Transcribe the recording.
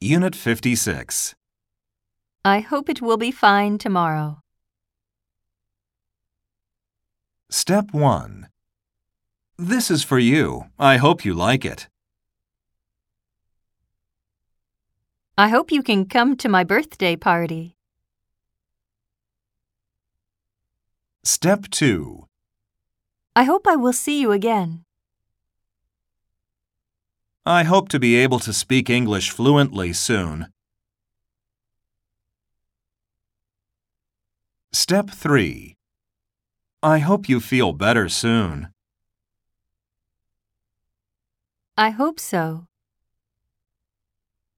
Unit 56. I hope it will be fine tomorrow. Step 1. This is for you. I hope you like it. I hope you can come to my birthday party. Step 2. I hope I will see you again. I hope to be able to speak English fluently soon. Step 3. I hope you feel better soon. I hope so.